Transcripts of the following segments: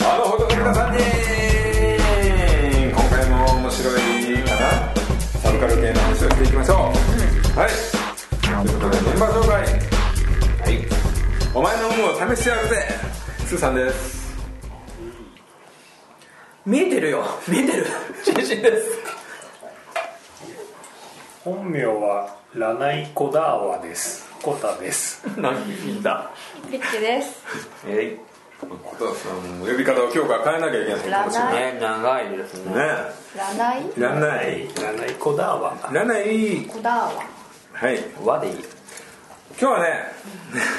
あのほどけた3人今回も面白いかなサブカル系の話をしていきましょう、はいということでメンバー紹介はいお前の運を試してやるぜスーさんです見えてるよ見えてる中心です本名はラナイコダーワですコタです何聞いたピッチです。え小田さんも呼び方を今日から変えなきゃいけないかもしれいないねね長いですねラナイいらないいラナイコダーワらないコダーワ。はい和でいい今日はね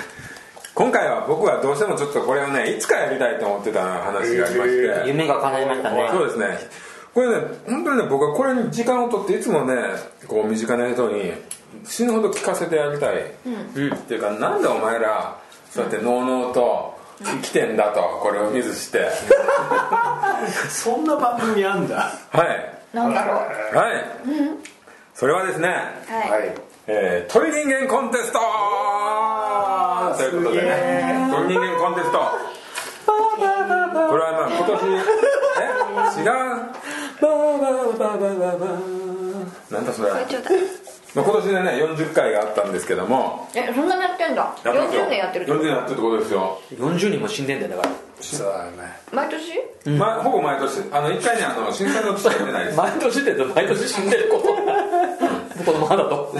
今回は僕はどうしてもちょっとこれをねいつかやりたいと思ってた話がありまして、え夢が叶いましたねそうですねこれね本当にね僕はこれに時間をとっていつもねこう身近な人に死ぬほど聞かせてやりたい、っていうかなんでお前らそうやってのうのうと生きてんだとこれを見ずしてそんな番組あんだはいなんだろう。 はいそれはですね、はい。えー鳥人間コンテストということでね鳥人間コンテスト これはまあ今年え違うバーバーバーバーバーなんだそれこれちょうだまあ、今年でね40回があったんですけどもえ、そんなにやってんだ。やってますよ40年やってるって40こ年やってるってことですよ、 40人も死んでんだよだかそうだねと。毎年？まあ、ほぼ毎年あの1回ねあの震災の年はやってないでらす毎年って毎年死んでることこのままだと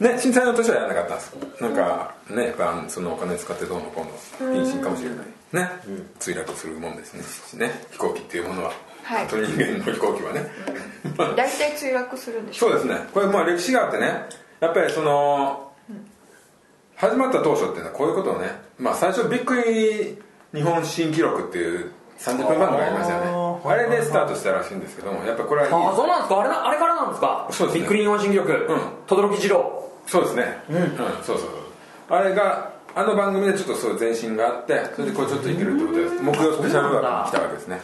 ね震災の年はやらなかったんですなんかねやっぱそのお金使ってどうのこうの妊娠かもしれないね、墜落するもんですねね飛行機っていうものは、はい本当に人間の飛行機はね、大体墜落するんでしょ。そうですねこれまあ歴史があってねやっぱりその始まった当初っていうのはこういうことをねまあ最初ビッグ日本新記録っていう30分番組がありましたよあねあれでスタートしたらしいんですけどもやっぱこれはいいああそうなんですかあれなあれからなんですかそうですねビックリン本新記録ん轟二郎そうですねうん、そうそうそうあれがあの番組でちょっとそう前進があってそれでこれちょっといけるってことです木曜スペシャルが来たわけですね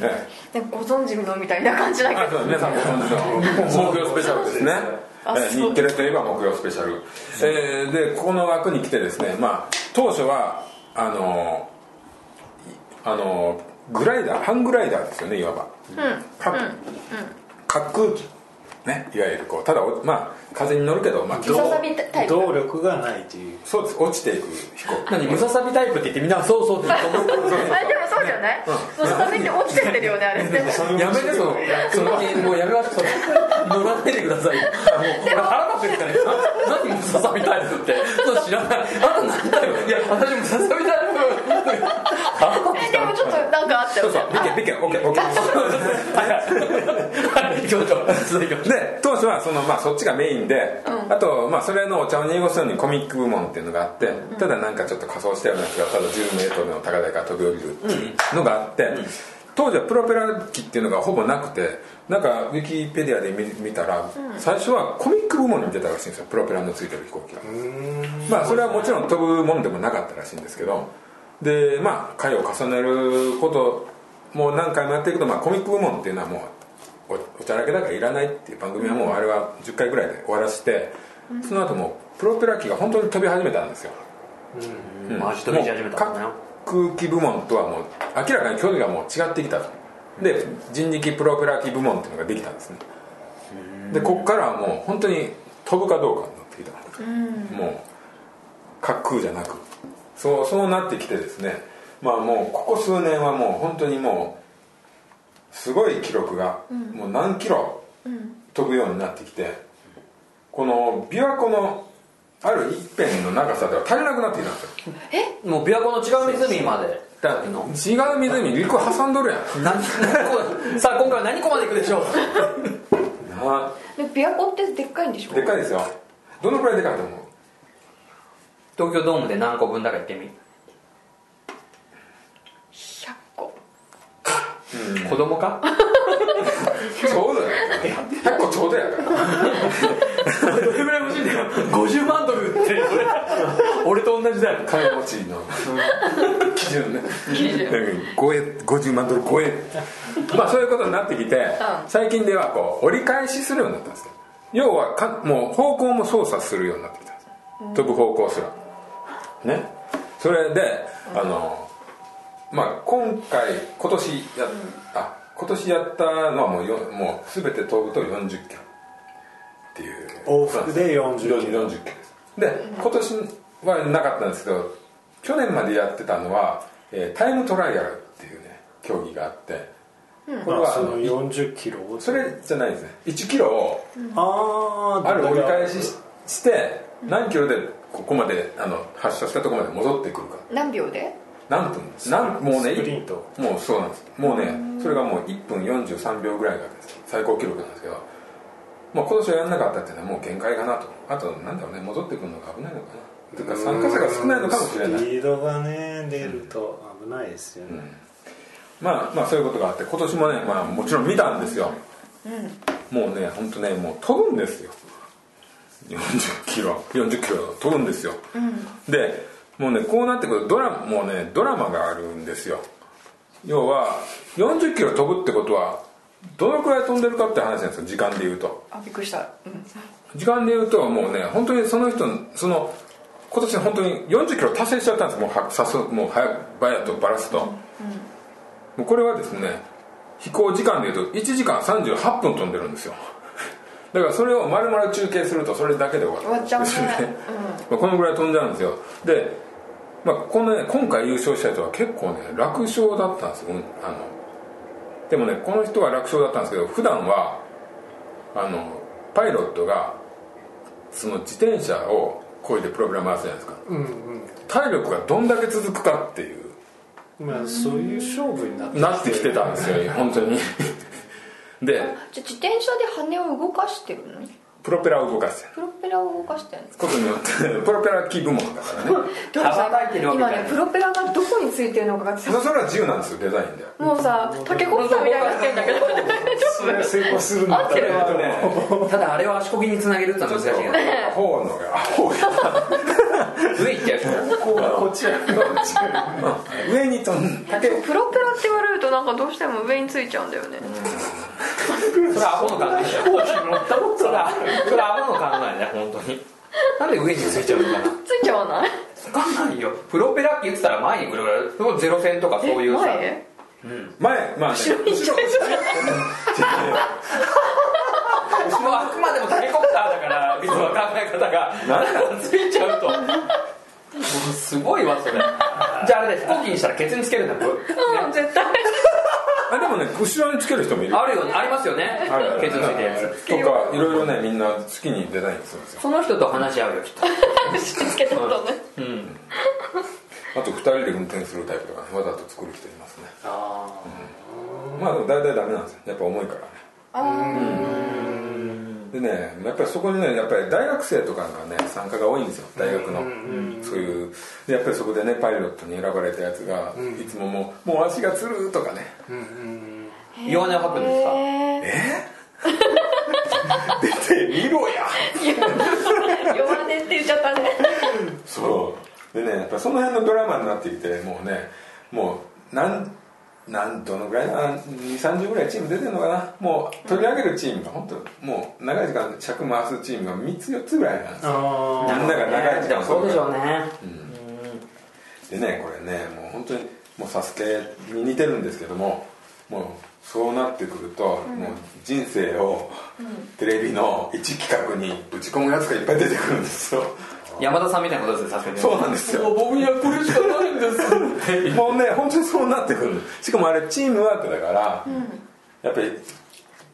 ええなんかご存知のみたいな感じだけあそう皆さんご存知の木曜スペシャルですねあえーそう日テレといえば木曜スペシャル、えーでここの枠に来てですね、まあ、当初はあのーいあのーグライダーハングライダーですよねいわば、滑滑空機ねいわゆるこうただおまあ風に乗るけど、まあ、基ど。ム本ササビタイプ。動力がないというそうです落ちていく飛行機何ムササビタイプって言ってみんなそうそうって言うと思あ、うでもそうじゃない？ムササビって落ちてってるよねあれって。やめてそのそのもうやめましょう乗らないでくださいもうこれ腹立ってきたねな何ムササビタイプってそう知らないあなた何タイプいや私ムササビタイプ腹立え、ってきでたもちょっとなんかあったそようねそう。ビケビケオッケーオッケーはいはい行きましょう続きましょうで当初はその、まあ、そっちがメインで、あと、まあ、それのお茶を濁すようにコミック部門っていうのがあって、ただなんかちょっと仮装したようなやつがただ10メートルの高台から飛び降りるっていうのがあって、当時はプロペラ機っていうのがほぼなくてなんかウィキペディアで見見たら、最初はコミック部門に出たらしいんですよプロペラのついてる飛行機が。まあそれはもちろん飛ぶもんでもなかったらしいんですけどでまあ回を重ねることもう何回もやっていくと、まあ、コミック部門っていうのはもうおおちゃらけだからいらないっていう番組はもうあれは10回ぐらいで終わらせてその後もうプロペラ機が本当に飛び始めたんですようんマジ飛び始めたんだもなう空気部門とはもう明らかに距離がもう違ってきたとで人力プロペラ機部門っていうのができたんですねでこっからはもう本当に飛ぶかどうかになってきた、もう滑空じゃなくそうそうなってきてですねまあもうここ数年はもう本当にもうすごい記録が、もう何キロ飛ぶようになってきて、この琵琶湖のある一辺の長さでは足りなくなってきたんですよもう琵琶湖の違う湖までだから違う湖陸挟んどるやん何何個さあ今回は何個まで行くでしょうなで、琵琶湖ってでっかいんでしょ？でっかいですよどのくらいでかいと思う東京ドームで何個分だか言ってみ100個。子供かちょうどやから100個ちょうどやからどれぐらい欲しいんだよ50万ドルって俺と同じだよ金持ちの基準ね基準超え50万ドル超えまあそういうことになってきて最近ではこう折り返しするようになったんですよ要はかもう方向も操作するようになってきたんです飛ぶ方向すらねそれで、あのまあ今回今年や、あ今年やったのはもうよもう全て飛ぶと40キロっていう往復で40キロ40キロですで今年はなかったんですけど去年までやってたのは、えータイムトライアルっていうね競技があってこれまあはあそのの40キロをそれじゃないですね1キロをああある折り返ししして何キロでここまであの発射したところまで戻ってくるか何秒で何分何もうねスプリントもうそうなんですもうねそれがもう1分43秒ぐらいが最高記録なんですけど、まあ、今年はやんなかったっていうのはもう限界かなとあとなんだろうね戻ってくるのが危ないのかなというか参加者が少ないのかもしれなスいピードがね出ると危ないですよね、まあまあそういうことがあって今年もね、まあ、もちろん見たんですよ、もうね本当ねもう飛ぶんですよ40キロ40キロ飛ぶんですよ、でもうねこうなってくるとドラもうねドラマがあるんですよ要は40キロ飛ぶってことはどのくらい飛んでるかって話なんですよ時間で言うとあびっくりした、うん、時間で言うともうね本当にその人のその今年本当に40キロ達成しちゃったんですもうはさすもう早くやとバラすと、もうこれはですね飛行時間で言うと1時間38分飛んでるんですよだからそれを丸々中継するとそれだけで終終わわっっちちゃゃううんねですよね、まあ、このぐらい飛んじゃうんですよで、まあ、このね今回優勝した人は結構ね楽勝だったんですよ、うんあのでもねこの人は楽勝だったんですけど普段はあのパイロットがその自転車をこいでプログラム回すじゃないですかうん体力がどんだけ続くかっていううんまあそういう勝負になってなってきてたんですよ本当に でじゃあ自転車で羽を動かしてるのプロペラを動かすプロペラを動かしてるのことによってプロペラ機部門だからね羽ばたいてるわけじ今ゃないねプロペラがどこについてるのかがそれは自由なんですよデザインでもうさ竹子さんみたいになってるんだけどそれ成功するんだったらあとね ただあれを足こぎにつなげるってのは難しいね頬のが頬が上行っちゃうからここがこっちやこっちや上に飛んだけプロペラって言われるとなんかどうしても上についちゃうんだよね、それアホの考えだよそれはそれアホの考えだよ本当になんで上についちゃうのかなついちゃわない分かんないよプロペラって言ってたら前にぐるぐるそのゼロ戦とかそういうさ前前まあね後ろもうあくまでもタケコプターだからいつも考え方がなんかついちゃうともうすごいわそれじゃああれで飛行機にしたらケツにつけるんだぶうん絶対あでもね後ろにつける人もいるあるよねありますよねあるケツについてるやつとかいろいろねみんな好きにデザインするんですよその人と話し合うよきっとつけたことねうんあと2人で運転するタイプとかねわざと作る人いますねあまあでも大体ダメなんですよやっぱ重いからねあでねやっぱりそこにねやっぱり大学生とかがね参加が多いんですよ大学のそういうでやっぱりそこでねパイロットに選ばれたやつがいつももう「もう足がつる」とかね あ弱音を吐くんですかえ「出てみろや!」弱音って言っちゃったねそうでねやっぱその辺のドラマになってきてもうねもうなんなんどのぐらいな2 3 0ぐらいチーム出てるのかなもう取り上げるチームが本当もう長い時間尺回すチームが3つ4つぐらいなんですよあみんなが長い時で間もそうでしょうねでねこれねもう本当にもうサスケに似てるんですけどももうそうなってくると、もう人生をテレビの一企画にぶち込むやつがいっぱい出てくるんですよ山田さんみたいなことですねさすがにそうなんですよ僕にはこれしかないんですもうね本当にそうなってくるしかもあれチームワークだから、やっぱり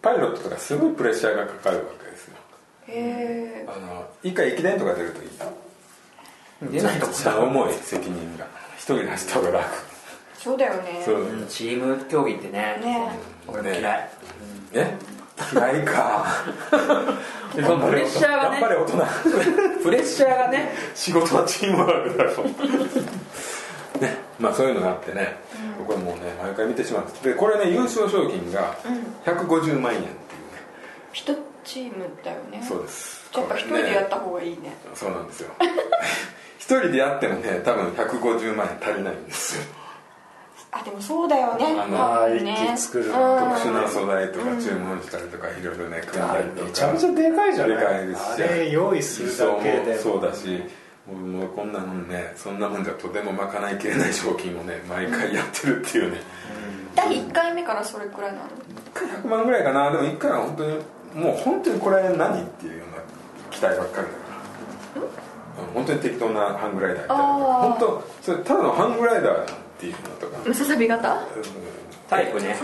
パイロットとかすごいプレッシャーがかかるわけですよへあの一回駅伝とか出るといい出ないかもしれない重い責任が一人で走った方が楽そうだよねそううん チーム競技ってねね俺も嫌いえ嫌いかでそのプレッシャーは頑張れね大人プレッシャーがね仕事はチームワークだろねまあそういうのがあってね、僕はもうね毎回見てしまうんですでこれね優勝賞金が150万円っていうね、一チームだよねそうですやっぱ一人でやこれねった方がいいねそうなんですよ 一人でやってもね多分150万円足りないんですよあでもそうだよねあの多分あねー作るうん特殊な素材とか注文したりとかいろいろね組んだあれりとかめちゃめちゃでかいじゃないでかいですしあれ用意するだけで水槽もそうだしもうもうこんなもんねそんなもんじゃとてもまかないきれない賞金をね毎回やってるっていうね第1回目からそれくらいなの100万ぐらいかなでも1回は本当にもう本当にこれ何っていうような期待ばっかりだから本当に適当なハングライダーみたいなあー本当それただのハングライダーっていうのとか、ムササビ型タイプね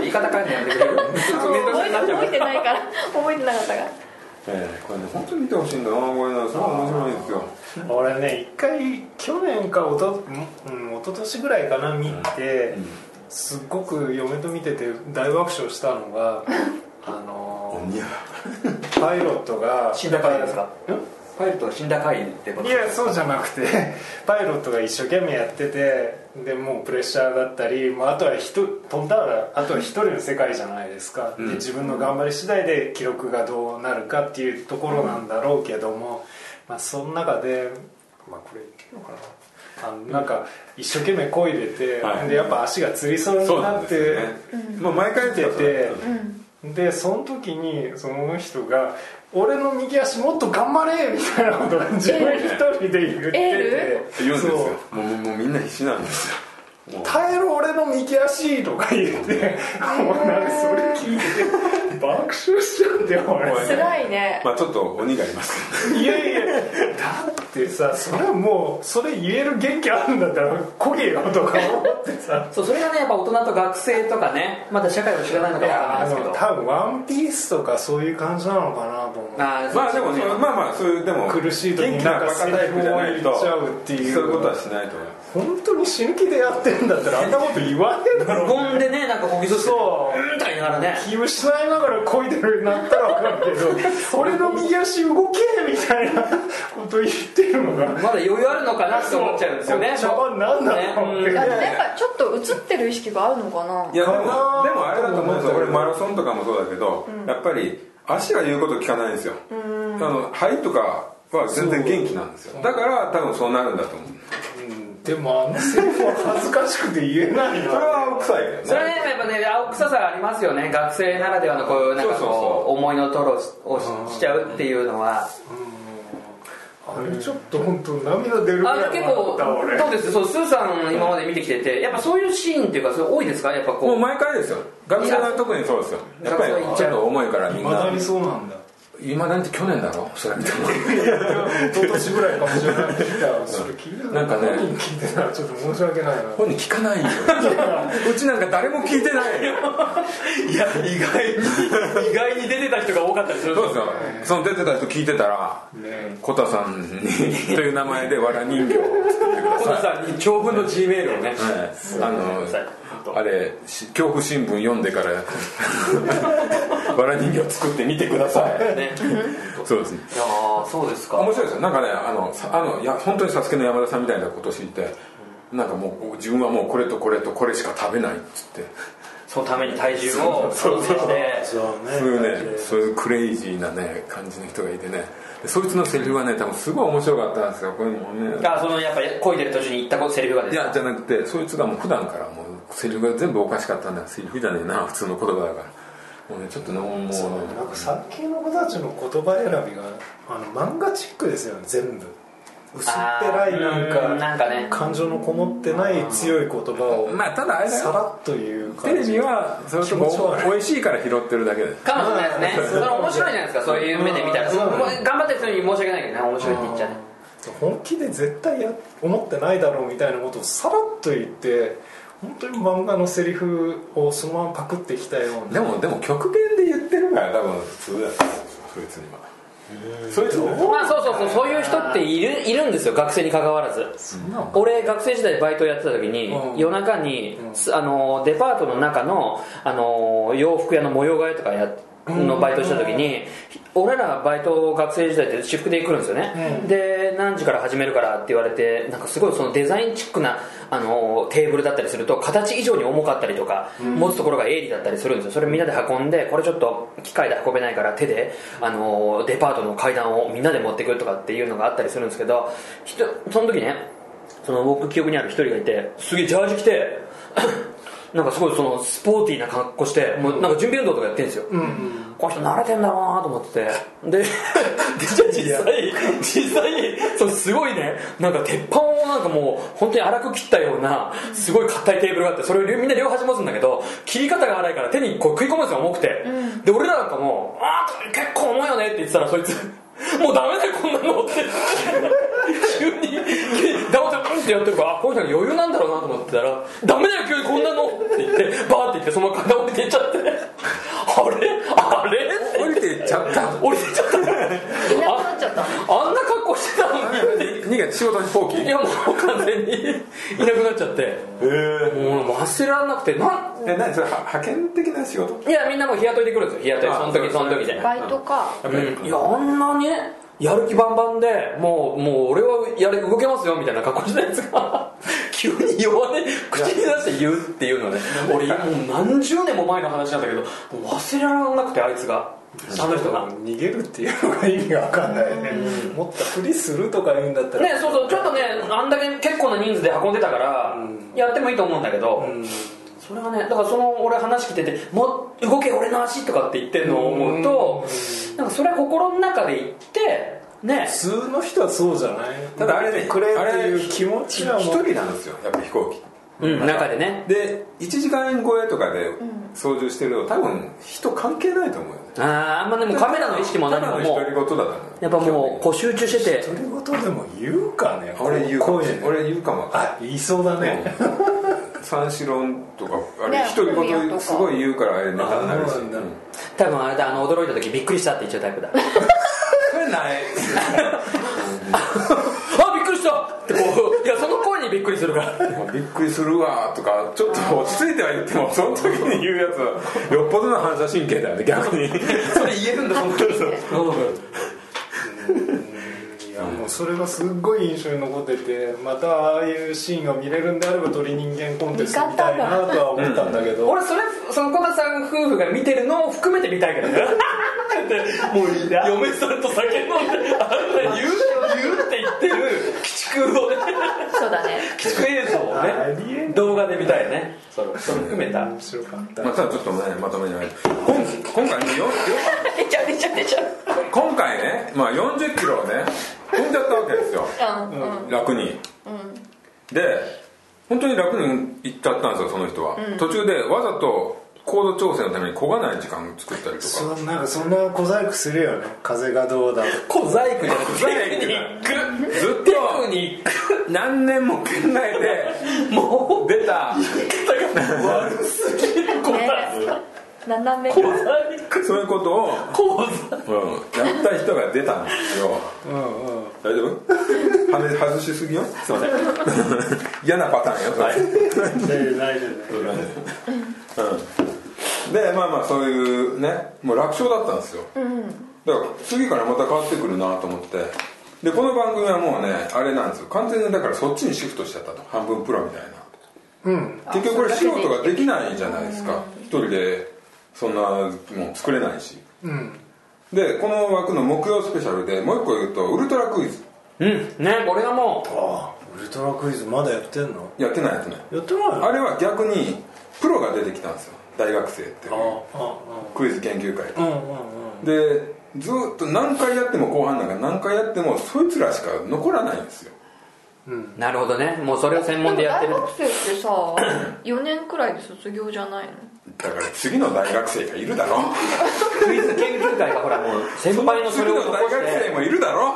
言い方変えるのやめてくれるちょっと面倒くさくなっちゃ覚うえてないから覚えてなかったからええこれね本当に見てほしいんだなこれねすごい面白いんですよ俺ね一回去年かおと、うん、一昨年ぐらいかな見て、うんすっごく嫁と見てて大爆笑したのがあのおにゃーパイロットが死んだ回ですかんパイロットは死んだ回ってこといやそうじゃなくて パイロットが一生懸命やっててでもうプレッシャーだったり、まあ、あとはひと飛んだらあとは一人の世界じゃないですか、うんで自分の頑張り次第で記録がどうなるかっていうところなんだろうけども、まあ、その中で、まあ、これいけるのかなあのなんか一生懸命こいでて、はいでやっぱ足がつりそうそうにななんでっすてよね、まあ毎回出てうんでその時にその人が「俺の右足もっと頑張れ!」みたいなことを自分一人で言ってエて言うんですよそうもうもうもうみんな必死なんですよもう耐えろ俺の右足!」とか言ってもうなんかそれ聞いて爆笑しちゃって怖俺つらいねまあちょっと鬼がいますけどねいやいやだってさそれはもうそれ言える元気あるんだったらこげよとか思ってさそうそれがねやっぱ大人と学生とかねまだ社会を知らないのいかわやかんなあいですけのど多分ワンピースとかそういう感じなのかなと思うあーまあでもそのまあまあそういうでも苦しい時元に気ななんかバカセリタイフプじゃをな言いっとちゃうっていうそういうことはしないと思います本当に死ぬ気でやってるんだったらあんなこと言わねえだろ無言でねなんかこぎそしてそうみたいながらね気を失いながらこいでるようになったら分かるけど俺の右足動けみたいなこと言ってるのがまだ余裕あるのかなって思っちゃうんですよね茶番なんだろうって、やねっぱちょっと映ってる意識があるのかないやでもかなでもあれだと思うんですよと思う俺マラソンとかもそうだけど、やっぱり足は言うこと聞かないんですよあの肺とかは全然元気なんですよだから多分そうなるんだと思ううんでもあのセリフは恥ずかしくて言えないそれなは青臭いけどねそれはねやっぱね青臭さがありますよね学生ならではのこうなんかそうそうこそう思いのトロをししちゃうっていうのはあれちょっと本当涙出るぐあらいれ結構笑った俺どうですそうスーさん今まで見てきててやっぱそういうシーンっていうかそれ多いですかやっぱもうこう毎回ですよ学生は特にそうですよやっぱり学生は行っちちょゃっうと重いからみんまだなにそうなんだ今なんて去年だろそれみたい一昨年ぐらいかもしれないいや それ聞いてたなんかね本人聞いてたらちょっと申し訳ないな本人聞かないようちなんか誰も聞いてないよいや意外に意外に出てた人が多かったり するそうですよその出てた人聞いてたらねコタさんにという名前でわら人形を作ってくだ小さい田さんに長文の G メールをねあのはいあれし恐怖新聞読んでからわら人形作ってみてくださいねそうですねいやーそうですか面白いですよなんかねあのさあのいや本当にサスケの山田さんみたいなことを知ってなんかもう自分はもうこれとこれとこれしか食べないっつってそのために体重を調整してそうねそういうねそういうクレイジーなね感じの人がいてねでそいつのセリフはね多分すごい面白かったんですよこれもねあそのやっぱり漕いでる途中に言ったことセリフがでいすやじゃなくてそいつがもう普段からもうセリフが全部おかしかったんだセリフじゃねえな普通の言葉だからもうねちょっとねもうねなんか最近の子たちの言葉選びがあの漫画チックですよね全部薄っあぺーらいなんかうんなんかね感情のこもってない強い言葉をまあただあれださよらっというテ感レじビはそれと気持ちも悪い美味しいから拾ってるだけでかもしれないですねそれ面白いじゃないですかそういう目で見たらうんその頑張ってる人に申し訳ないけどね面白いって言っちゃね本気で絶対や思ってないだろうみたいなことをさらっと言って本当に漫画のセリフをそのままパクってきたようでなもでも極限で言ってるから多分普通だと思うんですよそいつにはそいつまあそうそうそうそういう人っているいるんですよ学生に関わらず俺学生時代バイトやってた時にうん夜中に、うんすあのデパートの中のあの洋服屋の模様替えとかやのバイトした時に俺らバイト学生時代って私服で来るんですよね、で何時から始めるからって言われてなんかすごいそのデザインチックなあのテーブルだったりすると形以上に重かったりとか、持つところが鋭利だったりするんですよそれみんなで運んでこれちょっと機械で運べないから手であのデパートの階段をみんなで持ってくるとかっていうのがあったりするんですけどひとその時ねその僕記憶にある一人がいてすげえジャージ着て なんかすごいそのスポーティーな格好して、もうなんか準備運動とかやってるんですよ、この人慣れてんだろうなと思 っててででじゃあ実際実際にそうすごいねなんか鉄板をなんかもう本当に荒く切ったようなすごい硬いテーブルがあってそれを両みんな両端持つんだけど切り方が荒いから手にこう食い込むやつが重くて、で俺らなんかもう「あー結構重いよね」って言ってたらそいつもうダメだよこんなのって急にダボちゃんってやってるからあこの人は余裕なんだろうなと思ってたら「ダメだよ急にこんなの」って言ってバーって言ってそのまま片降りていっちゃってあれあれ降りていっちゃった降りてっちゃったいなくなっちゃったあんな格好してたのに逃げ仕事に放棄いやもう完全にいなくなっちゃってえもう忘れられなくてなんえ何それは派遣的な仕事いやみんなもう日雇いで来るんですよ日雇いその時その時でバイトかうんいやあんなにやる気満々でもうもう俺はやれ動けますよみたいな格好したやつが 急に弱音口に出して言うっていうのね俺もう何十年も前の話なんだけどもう忘れられなくてあいつがあの人が逃げるっていうのが意味が分かんないねもっとふりするとか言うんだったらねそうそうちょっとねあんだけ結構な人数で運んでたから、んやってもいいと思うんだけど、うんそれがねだからその俺話聞いてて「もう動け俺の足」とかって言ってるのを思うと、なんかそれは心の中で言ってね普通の人はそうじゃないただあれねくれってあれいう気持ちが一もう人なんですよやっぱ飛行機うん中でねで1時間超えとかで操縦してると多分人関係ないと思うよねあーあんまでもカメラの意識もた何だものも独り言うだと思うやっぱもうこう集中してて独り言でも言うかね俺言うかも声しれでない俺言うかもわかんないあ言いそうだね 三四郎とかあれね独り本名と言かすごい言うからあれネタになるしあそうなんだうん多分あれだあの驚いた時びっくりしたって言っちゃうタイプだそれない あびっくりしたってこういやその声にびっくりするからびっくりするわとかちょっと落ち着いては言ってもその時に言うやつはよっぽどの反射神経だよね逆にそれ言えるんだその時いやもうそれがすっごい印象に残っててまたああいうシーンが見れるんであれば鳥人間コンテストみたいなとは思ったんだけど、俺それその小田さん夫婦が見てるのを含めて見たいけどねもう嫁さんと酒飲んであんな言う言うって言ってる 鬼畜をねそうだ ね鬼畜映像をありえねん動画で見たいねそれそれ含めた面白かっ たまあただちょっとねまとめに入る今今回ねよよ出ちゃう出ちゃう出ちゃう今回ね、まあ、4 0キロをね飛んじゃったわけですようんうん楽に、で本当に楽に行っちゃったんですよその人は、途中でわざと高度調整のために焦がない時間作ったりとかそうなんかそんな小細工するよね風がどうだ小細工じゃなく小細て工テじゃクニックずっテとクニッ何年も考えクもうて出た悪すぎる小細工斜め小か そういうことを、細工小細うん、やった人が出たんですようんうん大丈夫 はめ外しすぎよすいません 嫌なパターンよそれ大丈夫大丈うんでまあまあそういうねもう楽勝だったんですよ、だから次からまた変わってくるなと思ってでこの番組はもうねあれなんですよ完全にだからそっちにシフトしちゃったと半分プロみたいな夫うん結局これ素人ができないじゃないですか一人でそんなもう作れないしうんでこの枠の木曜スペシャルでもう一個言うとウルトラクイズ工うんねこれがもうあウルトラクイズまだやってんのやってないやつねやってないあれは逆にプロが出てきたんですよ大学生っていうああクイズ研究会うんうんうんでずっと何回やっても後半なんか何回やってもそいつらしか残らないんですよなるほどねもうそれを専でも門でやって大る学生ってさ4年くらいで卒業じゃないのだから次の大学生がいるだろクイズ研究会がほらもう先輩のそ次れをの残大し学生てもいるだろ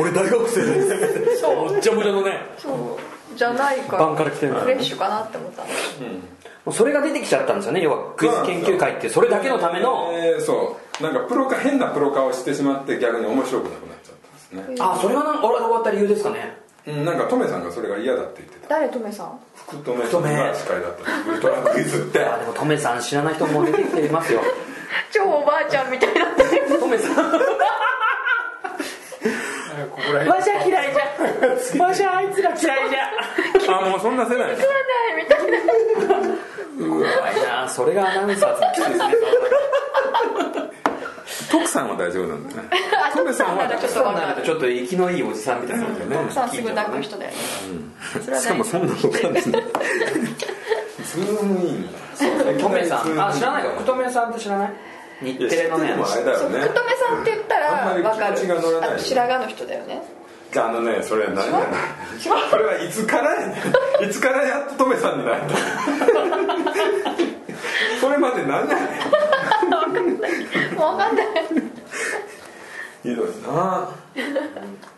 俺大学生ですもっちゃもちゃのねそうじゃないか晩から来てるフレッシュかなって思ったのそれが出てきちゃったんですよね要はクイズ研究会ってそれだけのためのえーそうなんかプロ化変なプロ化をしてしまって逆に面白くなくなっちゃったんですね、あそれはなん俺が終わった理由ですかねうん、なんかトメさんがそれが嫌だって言ってた誰とめさん福留さんが司会だったウルトラクイズってあでもトメさん知らない人も出てきていますよ超おばあちゃんみたいになって るトメさんなんかここらわしゃ嫌いじゃわしゃあいつら嫌いじゃあもうそんな世代なのないみたいな怖いなそれがアナウンサーさんきついですね徳さんは大丈夫なんだねあ徳さんはならちょっとそうわなかるとるちょっと生きのいいおじさんみたいなそうだね奥さんすぐ泣く人だよねそれはしかも大そ丈んなの感じないズームイン乙女さんあ知らないか乙女さんって知らない日テレのねいや知ってるのはあれだよ夫ね福留さんって言ったあんらまわりかる気持ちが乗らないあの白髪の人だよねじゃああのねそれは何 やこれはいつからやいつからやっとトメさんになったそれまで何やねんもうわかんないひどいな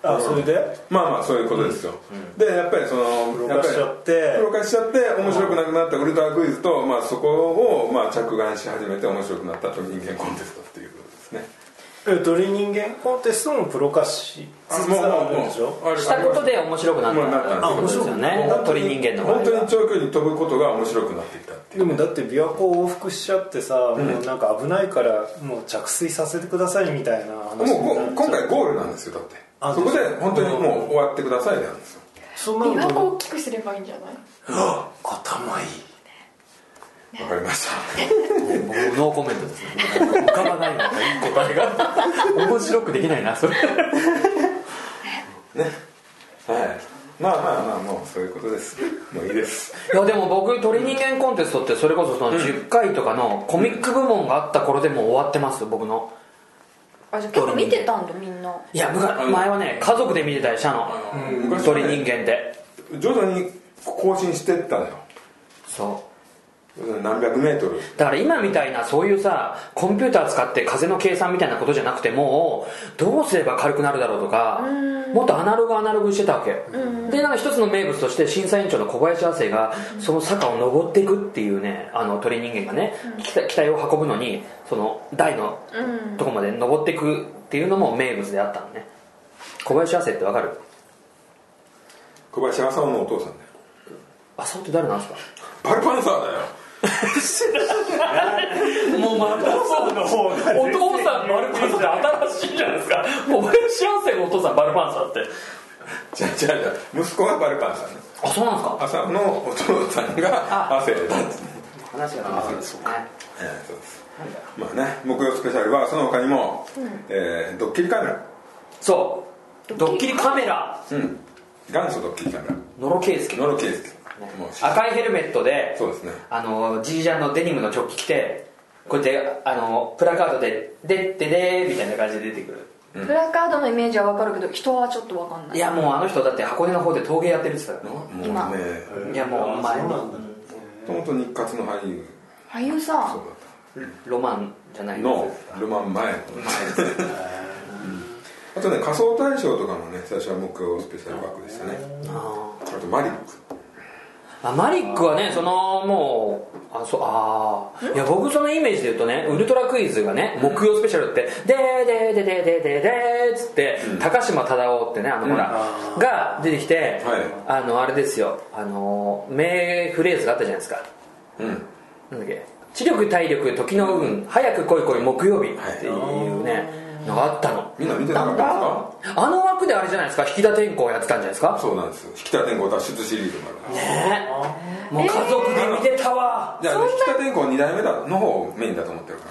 あそれでまあまあそういうことですよ、でやっぱりその老化しちゃってやっぱり老化しちゃって面白くなくなったウルトラクイズと、まあ、そこをまあ着眼し始めて面白くなったと人間コンテストっていうことですねえ鳥人間コンテストのプロ化しつつあるんでしょあれしたことで面白くなったあってことですよね本当に鳥人間の場合は本当に長距離に飛ぶことが面白くなっていったっていでうもだって琵琶湖を往復しちゃってさ、もうなんか危ないからもう着水させてくださいみたいな話にもうなっちゃご今回ゴールなんですよだってあそこでそうそう本当にもう終わってくださいなんですよそう琵なる琶湖とを大きくすればいいんじゃないはっ 頭いいわかりました僕ノーコメントですね浮かばないのがいい答えが面白くできないなそれはいまあまあまあもうそういうことですもういいですいやでも僕鳥人間コンテストってそれこそその10回とかのコミック部門があった頃でもう終わってます僕のあじゃあ結構見てたんだみんないや僕は前はね家族で見てたりしたの昔はね鳥人間で徐々に更新してったのよそう何百メートルだから今みたいなそういうさコンピューター使って風の計算みたいなことじゃなくてもうどうすれば軽くなるだろうとかもっとアナログアナログしてたわけでなんか一つの名物として審査委員長の小林亜生がその坂を登っていくっていうねあの鳥人間がね機体機体を運ぶのにその台のとこまで登っていくっていうのも名物であったのね小林亜生ってわかる小林浅尾のお父さんだよあそうって誰なんですかバルパンサーだよもうまたそうだ方がお父さんバルパンサーって新しいじゃないですか小林亜生のお父さんバルパンサーってじゃあじゃあじゃあ息子がバルパンサーねあそうなんですか浅尾のお父さんが亜生だって話が長いですねええそうですまあね木曜スペシャルはその他にも、えードッキリカメラそうドッキリカメラうん元祖ドッキリカメラ野呂圭介野呂圭介もう赤いヘルメットでそうですねあのジージャンのデニムのチョッキ着てこうやってあのプラカードで「でってで」みたいな感じで出てくるプラカードのイメージはわかるけど人はちょっとわかんないいやもうあの人だって箱根の方で陶芸やってるって言ってたかもうね今らいやもう前そうなのんだねもともと日活の俳優俳優さそうんだっロマンじゃなたいのルマン前のあとね仮想大賞とかもね最初は木曜スペシャル枠でしたねああとマリックあマリックはねそのもうあそうあーいや僕そのイメージで言うとねウルトラクイズがね木曜スペシャルって「でーでーでーでーでーでーでー」っつって高島忠夫ってねあのほらが出てきてはいあのあれですよあの名フレーズがあったじゃないですかうんなんだっけ知力体力時の運早く来い来い木曜日っていうねのがあったのみんな見てなかったですかあの枠であれじゃないですか引田天功やってたんじゃないですかそうなんですよ引田天功脱出シリーズもあるねえもう家族で見てたわじゃあ引田天功2代目だの方をメインだと思ってるか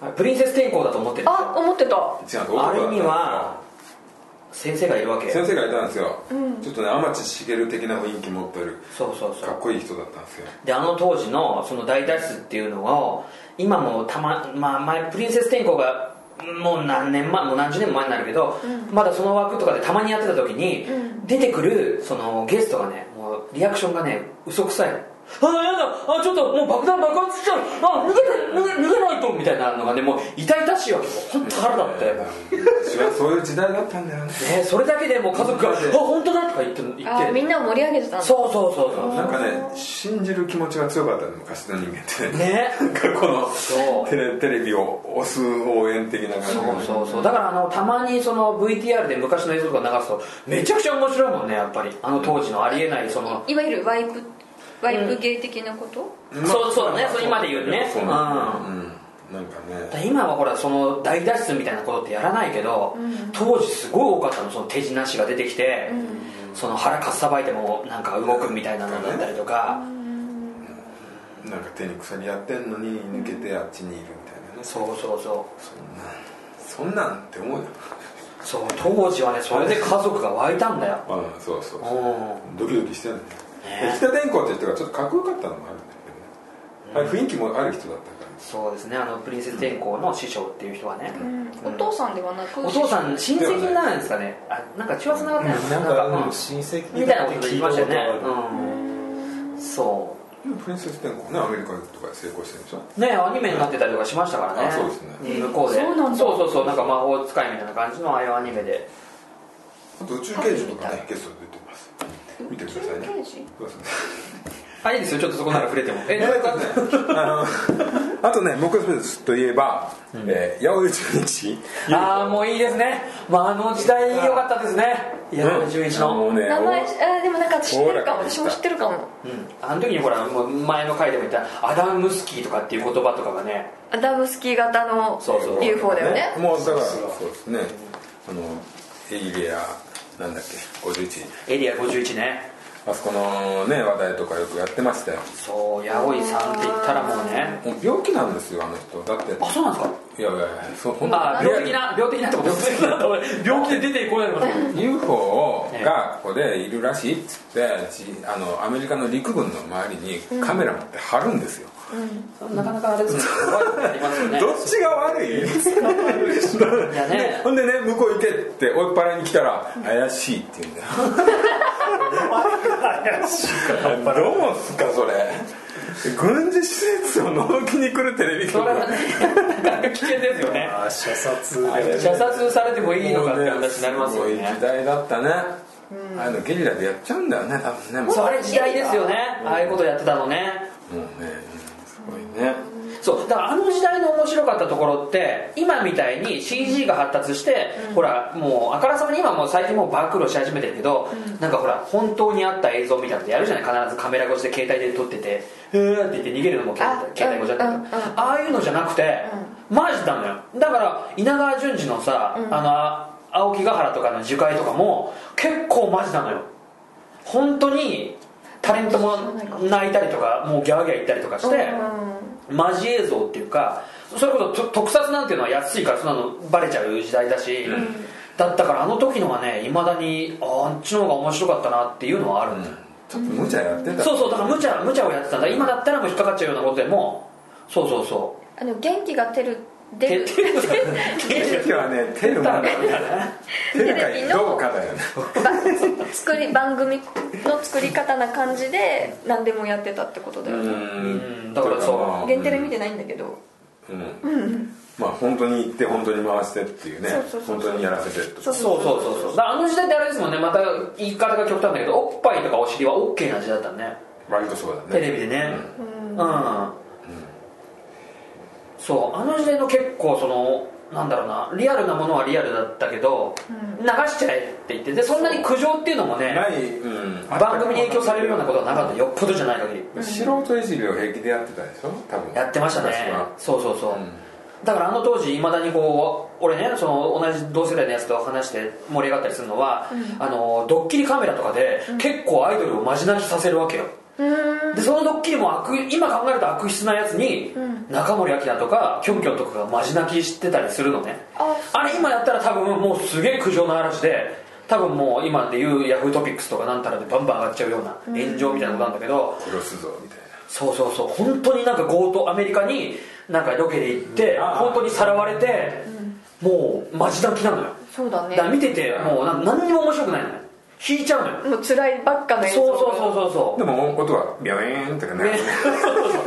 らねプリンセス天功だと思ってるんですあよ思って違たうんですあ男だったんですよれには先生がいるわけ先生がいたんですよ、ちょっとね天地茂的な雰囲気持ってるそうそうそかっうこいい人だったんですよであの当時のその大脱出っていうのを今もたま、まあ、前プリンセス天功がもう何年前もう何十年も前になるけど、まだその枠とかでたまにやってた時に、出てくるそのゲストがねもうリアクションがね嘘くさいのああやだあちょっともう爆弾爆発しちゃうあ逃げて逃げ逃げないとみたいなのがねもう痛々しいわけ本当腹立って、私は そういう時代だったんだよねね、それだけでもう家族が「あ本当だ」とか言って言っあてみんなを盛り上げてたんだそうそうそうそなんかね信じる気持ちが強かったね昔の人間って うねねなんかこのそうテレテレビを押す応援的なそ感うじそうそうだからあのたまにその VTR で昔の映像とか流すとめちゃくちゃ面白いもんねやっぱりあの当時のありえないそのいいわゆるワイプワイプ芸的なこと、そうそうだねそれ今で言うねそううんなんだようんなんかね今はほらその大脱出みたいなことってやらないけど、当時すごい多かったのその手品師が出てきて、その腹かっさばいてもなんか動くみたいなのだったりとか、なんか手に鎖やってんのに抜けてあっちにいるみたいなね、そうそうそそんなんって思うようそう当時はねそれで家族が湧いたんだようんそうそうおそうおドキドキしてるねね北天功って人がちょっとかっこよかったのもあるんだけどね、あれ雰囲気もある人だったからそうですねあのプリンセス天功の師匠っていう人はね、お父さんではなくお父さん親戚になるんですかねあなんか血はつながってないなんなかんかううんん親戚みたいなこと聞言いいまたしこたとよねある、うん、そプリンセス天功ねアメリカとかで成功してるでしょうねアニメになってたりとかしましたからねあそうですね向こうでそうなんだそうそうそうなんか魔法使いみたいな感じのああいうアニメであと宇宙刑事とかねゲストで出てます見てくださいね宇宙刑事そうですねあいいですよちょっとそこなら触れてもええ ーとねあのあとね僕スペースといえば、えー八百十一ああもういいですねまああの時代良かったですねいや純一のもうね名前おあでもなんか知ってるかおおらもかでし私たも知ってるかもうんあの時にほらもう前の回でも言ったアダムスキーとかっていう言葉とかがねアダムスキー型のそうそう UFO だよねもうだからそうですねあのエイリアなんだっけ51エリア51ねあそこのね話題とかよくやってましたよそう八百井さんって言ったらもうねもう病気なんですよあの人だってあそうなんですかいやいやいやそう本まあリアル病的な病的なってことですね病気で出てこないのかと思っ UFO がここでいるらしいっつってじあのアメリカの陸軍の周りにカメラ持って貼るんですよ、たなかなかあれですね怖いことありますよ ねどっちが悪い いやねほんでね向こう行けって追いっ払いに来たら怪しいって言うんだよ怪しいからどうすかそれ軍事施設を覗きに来るテレビそ局れはねなんか危険ですよねあー射殺で射殺されてもいいのかって話になりますよもうねすごい時ね代だったね、ああいうのゲリラでやっちゃうんだよね多分ねもうそれ時代ですよねああいうことやってたのねもうねすごいねそうだからあの時代の面白かったところって今みたいに CG が発達して、ほらもうあからさまに今もう最近もう暴露し始めてるけど、なんかほら本当にあった映像みたいなのやるじゃない必ずカメラ越しで携帯で撮ってて「へーって言って逃げるのも携あ帯携帯越しだったけど、うんうんああいうのじゃなくて、マジなのよだから稲川淳二のさ、あの青木ヶ原とかの樹海とかも結構マジなのよ本当にタレントも泣いたりとかもうギャーギャー言ったりとかして、うんマジ映像っていうかそれこそと特撮なんていうのは安いからそんなのバレちゃう時代だし、だったからあの時のはねいまだにああっちの方が面白かったなっていうのはあるんだよ、ちょっと無茶やってたそうそうだから無茶無茶をやってたんだ今だったらもう引っかかっちゃうようなことでもそうそうそあの元気が出るう出るてる時は ねテルマだだねテルかどうかだよね作り番組の作り方な感じで何でもやってたってことだよねだからそう限定で見てないんだけどうん、まあ本当に行って本当に回してっていうねそうそうそう本当にやらせてってそうそうそうそうそうだからあの時代ってあれですもんねまた言い方が極端だけどおっぱいとかお尻は OK な時代だったんね割とそうだねテレビでねうん、そうあの時代の結構そのなんだろうなリアルなものはリアルだったけど、流しちゃえって言ってでそんなに苦情っていうのもねない、うん、番組に影響されるようなことはなかったよっぽどじゃない限り素人いじりを平気でやってたでしょ多分やってましたね昔はそうそうそう、だからあの当時いまだにこう俺ねその同じ同世代のやつと話して盛り上がったりするのは、あのドッキリカメラとかで結構アイドルをまじ泣きさせるわけよ、でそのドッキリも悪今考えると悪質なやつに、中森明菜とかキョンキョンとかがまじ泣きしてたりするのねああれ今やったら多分もうすげえ苦情の嵐で多分もう今でいうヤフートピックスとかなんたらでバンバン上がっちゃうような炎上みたいなことなんだけど、殺すぞみたいそうそうそう本当になんか強盗アメリカになんかロケで行ってあー本当にさらわれて、もうマジ泣きなのよ、そうだだねから見ててもうな何にも面白くないのよ引いちゃうのよ、もう辛いばっかの映像そうそうそうそうそなでも音はビャーンとかうねねそうそう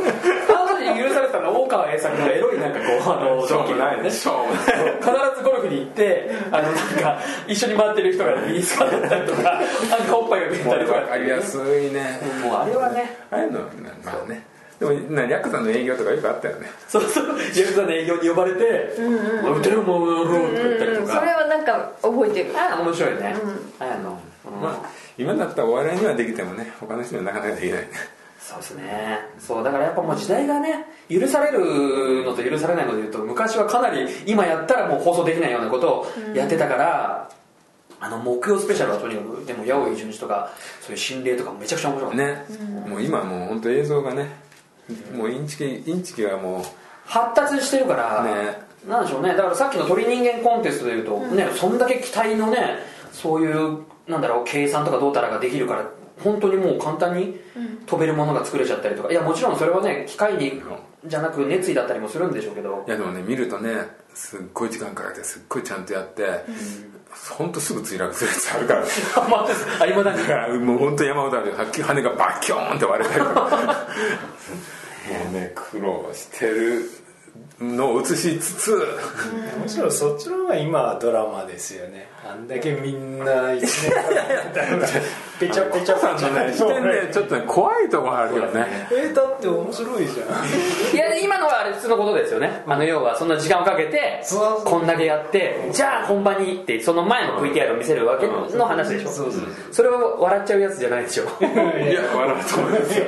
あの時許されてたのは大川栄作のエロいなんかこうあのしょドうッキもリないねしょうもない 必ずゴルフに行ってあのなんか一緒に回ってる人がミニスカだったりとかなんかおっぱいが見えもたうりとか分かりやすいねもうあれはねああいうのまあねでもなヤクザの営業とかよくあったよねそうそうヤクザの営業に呼ばれて「おいテレビもうもうもう」って言ったりうとんそかれはなんか覚えてるああ面白いね、あの、うんまあ今だったらお笑いにはできてもね他の人にはなかなかできないねそうですねそうだからやっぱもう時代がね許されるのと許されないのでいうと昔はかなり今やったらもう放送できないようなことをやってたから、あの木曜スペシャルはとにかくでも八百井純一とかそういう心霊とかめちゃくちゃ面白かったね、もう今もう本当映像がねもうインチキインチキがもう発達してるから、ねなんでしょうねだからさっきの鳥人間コンテストでいうと、ねそんだけ機体のねそういうなんだろう計算とかどうたらができるから本当にもう簡単に飛べるものが作れちゃったりとかいやもちろんそれはね機械にじゃなく熱意だったりもするんでしょうけど いやでもね見るとねすっごい時間かけてすっごいちゃんとやって、ほんとすぐ墜落するやつあるからまあいまだにだから もう本当山ほどあるはっきり羽がバッキョーンって割れた りとかもうね苦労してるのを映しつつむしろそっちの方が今はドラマですよねあんだけみんな一年間 ペチャペチャペチそのねャ 視点でちょっとね怖いとこあるよねえーだって面白いじゃんいや今のはあれ普通のことですよねあの要はそんな時間をかけてそうそうこんだけやってじゃあ本番に行ってその前の VTR を見せるわけの話でしょそうそうそれは笑っちゃうやつじゃないでしょいや笑うと思いますよ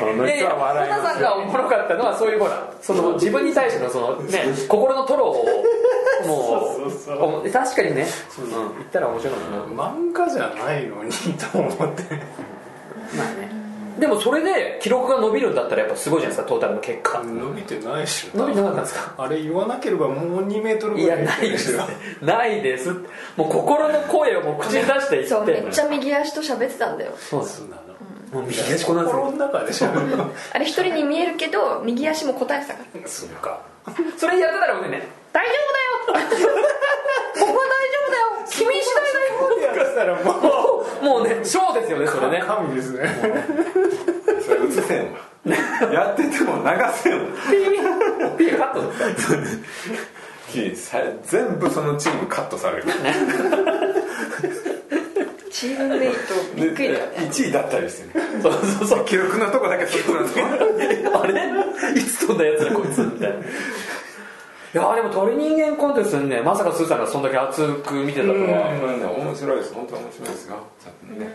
このいやい人やは笑い田まさんすよがおもろかったのはそういうほらその自分に対してのそのね心のトロをもうそうそうそうお確かにね、うん、言ったら面白いかな漫画じゃないのにと思ってまあねでもそれで記録が伸びるんだったらやっぱすごいじゃないですかトータルの結果伸びてないでしょ伸びてなかったんですかあれ言わなければもう2メート ルいぐやらいないですよないですもう心の声をもう口に出していってそうめっちゃ右足と喋ってたんだよそうですそうなのもう右足こんなやつ心の中でしょ あれ一人に見えるけど右足も答えてたからそうかそれやってたらもうね大丈夫 だよ僕は大丈夫だよ君次第だやよってたらももうねショーですよねそれうね神ですねそれ映せ んわやってても流せ んわピーピーカットだっさ全部そのチームカットされるチームメイトびっくりだよね1位だったりしてねたそうそうそう記録のとこだけ記録のとこ あれいつ飛んだやつだこいつみたいないやでも鳥人間コンテストにねまさかスーさんがそんだけ熱く見てたとは面白いです本当面白いですよちゃんとね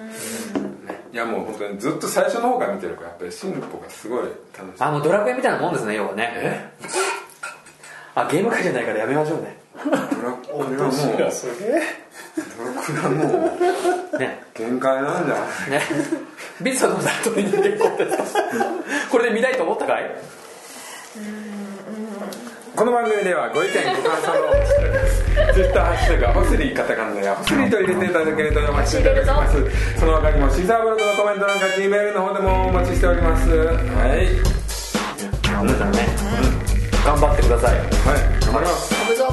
ねいやもう本当にずっと最初の方から見てるからやっぱり進歩がすごい楽しいあもうドラクエみたいなもんですね要はねあゲーム会じゃないからやめましょうねドラクエはもう年がすげえドラクエはもうね限界なんじゃないねビザのだと人間コンテストこれで見たいと思ったかいこの番組ではご意見ご感想をツイッターハッシュタグはホスリーカタカナでホスリーと入れていただけると読ませていただきますその他にもシーサーブログのコメントなんか G メールの方でもお待ちしておりますはい皆さんね、頑張ってくださいねはい頑張ります飛ぶぞ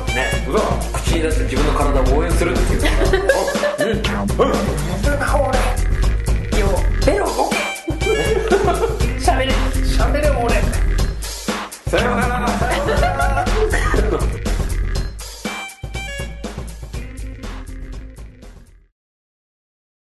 どうぞ口に出して自分の体を応援するっていうおうんうん